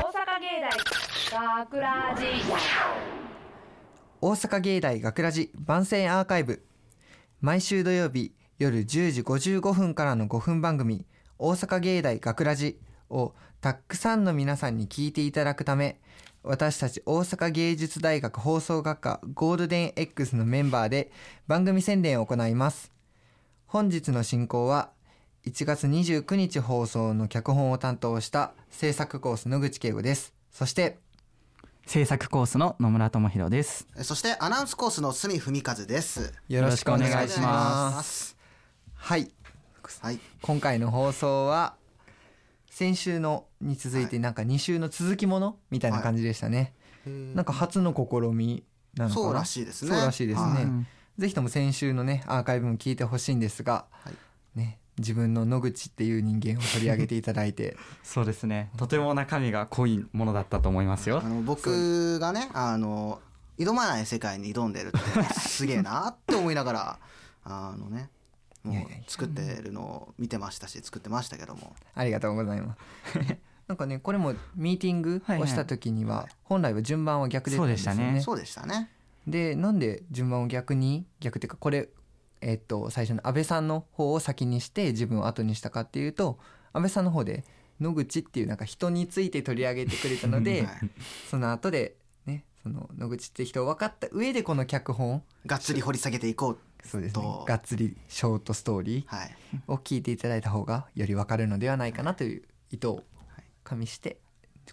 大学ラジ大阪芸大学ラジ番宣アーカイブ毎週土曜日夜10時55分からの5分番組「大阪芸大学ラジをたくさんの皆さんに聞いていただくため私たち大阪芸術大学放送学科ゴールデン X のメンバーで番組宣伝を行います本日の進行は1月29日放送の脚本を担当した制作コース野口圭吾ですそして制作コースの野村智博です。えそしてアナウンスコースの隅文和です。よろしくお願いしお願ますす。はいはい。今回の放送は先週のに続いてなんか2週の続きものみたいな感じでしたね、なんか初の試みなのかなそうらしいですねそうらしいですね、はいうんぜひとも先週のねアーカイブも聞いてほしいんですが、はいね自分の野口っていう人間を取り上げていただいてそうですね。とても中身が濃いものだったと思いますよあ。の僕がね、あの挑まない世界に挑んでるってすげえなって思いながら、あのね、もいやいやいう作ってるのを見てましたし、作ってましたけども。ありがとうございます なんかねこれもミーティングをした時にはいははい本来は順番は逆でったんですよそうでしたねそうでしたね。でなんで順番を逆に逆っていうかこれえっと最初の安倍さんの方を先にして自分を後にしたかっていうと安倍さんの方で野口っていうなんか人について取り上げてくれたので、はいその後でねその野口って人を分かった上でこの脚本がっつり掘り下げていこう。そうですねとがっつりショートストーリーはい。を聞いていただいた方がより分かるのではないかなという意図を加味して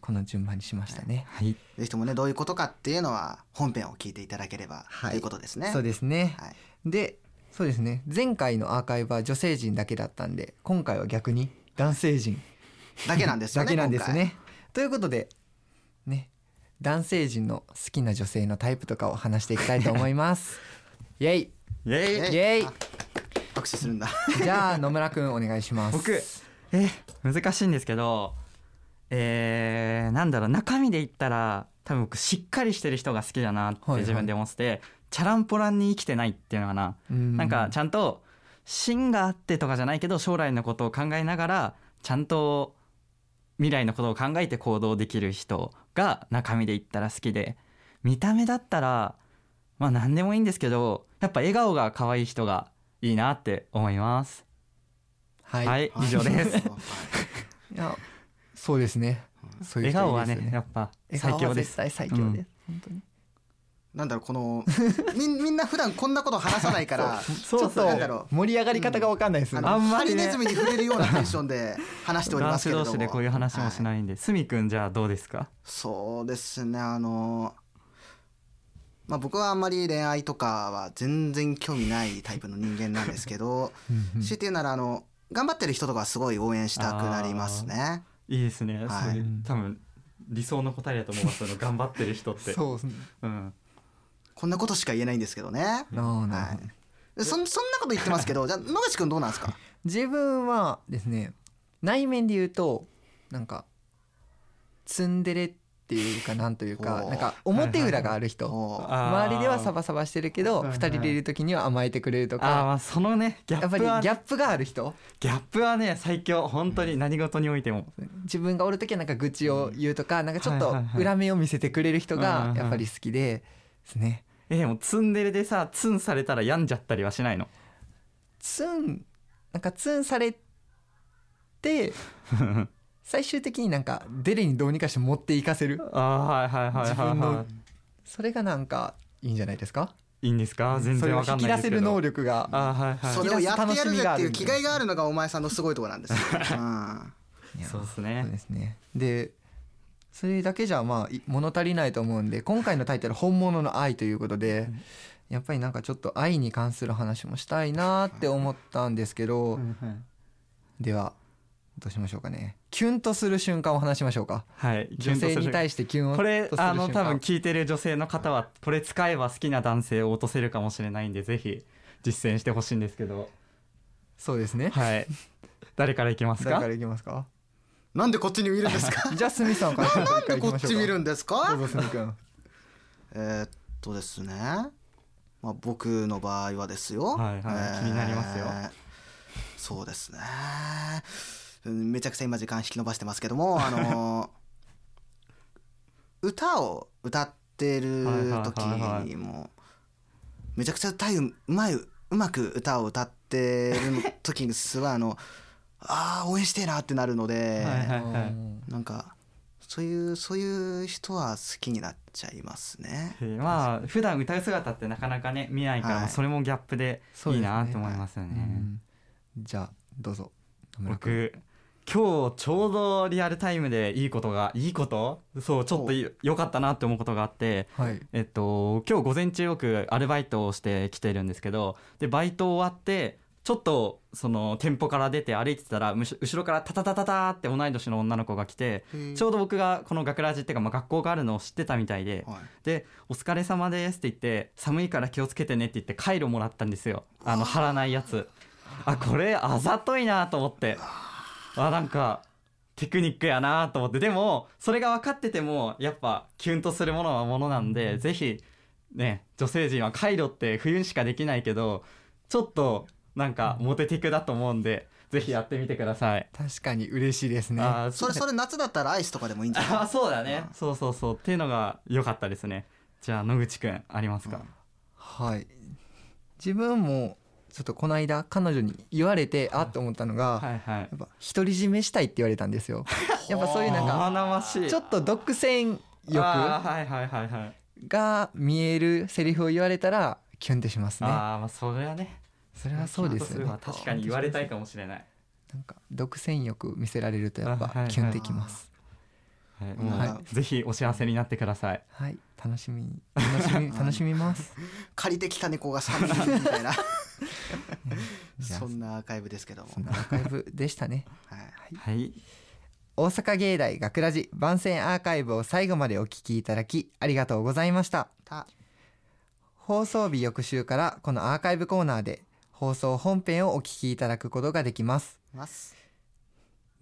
この順番にしましたね。はい。ぜひともね、どういうことかっていうのは本編を聞いていただければはいということですね。そうですね、はい。でそうですね前回のアーカイブは女性陣だけだったんで今回は逆に男性陣だけなんですよだね。けなんです今回。ね。ということでね男性陣の好きな女性のタイプとかを話していきたいと思います。イエイイェイイえエイあ拍手するんだ。じゃあ野村くんお願いします。僕え難しいんですけど、えー、なんだろう中身で言ったら多分僕しっかりしてる人が好きだなってはい自分で思ってて、チャランポランに生きてないっていうのかな、ななんかちゃんと芯があってとかじゃないけど将来のことを考えながらちゃんと未来のことを考えて行動できる人が中身で言ったら好きで見た目だったらまあ何でもいいんですけどやっぱ笑顔が可愛い人がいいなって思いますはい、はい以上です はいいやそうですね。そういう笑人顔いはいですねよやっぱ笑最顔は強で絶す対最強です。なんだろうこのみんみんな普段こんなこと話さな いからちょっなんだろと盛り上がり方がわかんないですよあね。のあんハまリりねネズミに触れるようなテンションで話しており男ます子けれど同も士でこういう話もしはいないんで、すみくんじゃあどうですかそうですねあのまあ僕はあんまり恋愛とかは全然興味ないタイプの人間なんですけどうんうん強いて言うならあの頑張ってる人とかはすごい応援したくなりますねいいですね、はいそういう多分理想の答えだと思いますその頑張ってる人ってそうですね。うんこんなことしか言えないんですけどねなあなるほはどいでそんそんなこと言ってますけどじゃあ野口くんどうなんですか自分はですね内面で言うとなんかツンデレっていうかなんというかおーなんか表裏がある人、おー周りではサバサバしてるけどはいはい2人でいる時には甘えてくれるとあーまかあそのねギャやッっぱりプギはャップがある人ギャップはね最強本当に何事においても、自分がおる時はなんか愚痴を言うとかなんかちょっとはいはいはい裏目を見せてくれる人うんうんがうんやっぱり好きでですねえでもツンデレでさツンされたら病んじゃったりはしないのツンなんかツンされて 最終的になんかデレにどうにかして持っていかせるあーはいはいはい自はい、分はのそれがなんかいいんじゃないですかい、いいんですか全そ然れをわか引んきな出いですせけるど能力があーはいはいそ引きれをやってやるぜっていう引き気出す楽しみがある概があるのがお前さんのすごいところなんですよ。うんいやそうですそうねですねでそれだけじゃまあい物足りないと思うんで今回のタイトル「本物の愛」ということでやっぱりなんかちょっと愛に関する話もしたいなって思ったんですけどではどうしましょうかねキュンとする瞬間を話しましょうかはい女性に対してしてキュンをことすれる瞬間あの多分聞いてる女性の方はこれ使えば好きな男性を落とせるかもしれないんでぜひ実践してほしいんですけどそうですね はい誰からいきます誰かからいきますかなんでこっちに見るんで すかじゃあスミさんからなんでこっち見るんですどうかぞスミ君えーっとですね、まあ、僕の場合はですよ。はいはい気になりますよそうですね。 うんめちゃくちゃ今時間引き延ばしてますけども、あのー歌を歌ってるはいはい時はいはいにもめちゃくちゃ歌いううまいうまく歌を歌ってる時にすごい あのあー応援してえなってなるので、はいはいはいなんかそういうそういう人は好きになっちゃいますね。えーまあ普段歌う姿ってなかなかね見ないから、はいそれもギャップでそうでいいすねなと思いますようね。んじゃあどうぞ野村君僕今日ちょうどリアルタイムでいいことがいいことそうちょっとい良かったなって思うことがあって。はいえっと、今日午前中僕アルバイトをしてきてるんですけどでバイト終わってちょっとその店舗から出て歩いてたらむし後ろからタタタタターって同い年の女の子が来てちょうど僕がこの学ラジっていうか、まあ、学校があるのを知ってたみたいではいで「お疲れ様です」って言って「寒いから気をつけてね」って言ってカイロもらったんですよあの貼らないやつあこれあざといなと思ってあなんかテクニックやなと思ってでもそれが分かっててもやっぱキュンとするものはものなんでぜひね女性陣はカイロって冬にしかできないけどちょっとなんかモテテクだと思うんでぜひやってみてください、確かに嬉しいですねあーそれそれ夏だったらアイスとかでもいいんじゃない あそうだねそうそうそうっていうのが良かったですねじゃあ野口くんありますか、はい自分もちょっとこの間彼女に言われてあっと思ったのが、はいはいやっぱ独り占めしたいって言われたんです よやっぱそういうなんか生々しいちょっと独占あ欲ーはいはいはいはい、が見えるセリフを言われたらキュンってしますねああまあそれはねそれはそうですよねちゃんとすれば確かに言われたいかもしれない、なんか独占欲見せられるとやっあはいはぱいキュンってきますはいんもうはぜひお幸せになってくださいはい楽しみに楽しみ楽しみます借りてきた猫が寒いみたいなじゃあそんなアーカイブですけどもそん。なアーカイブでしたねはいはい大阪芸大学ラジ番宣アーカイブを最後までお聞きいただきありがとうございましたた放送日翌週からこのアーカイブコーナーで放送本編をお聞きいただくことができますます。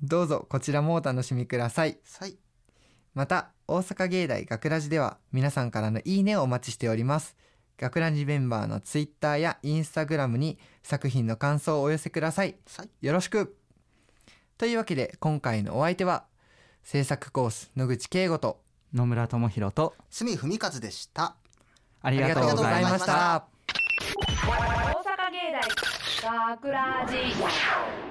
どうぞこちらもお楽しみくださいはい。また大阪芸大学ラジでは皆さんからのいいねをお待ちしております学ラジメンバーのツイッターやインスタグラムに作品の感想をお寄せくださいさい。よろしくというわけで今回のお相手は制作コース野口圭吾と野村智弘と隅文和でした。あありりががととううごござざいいままししたた大阪芸大学ラジ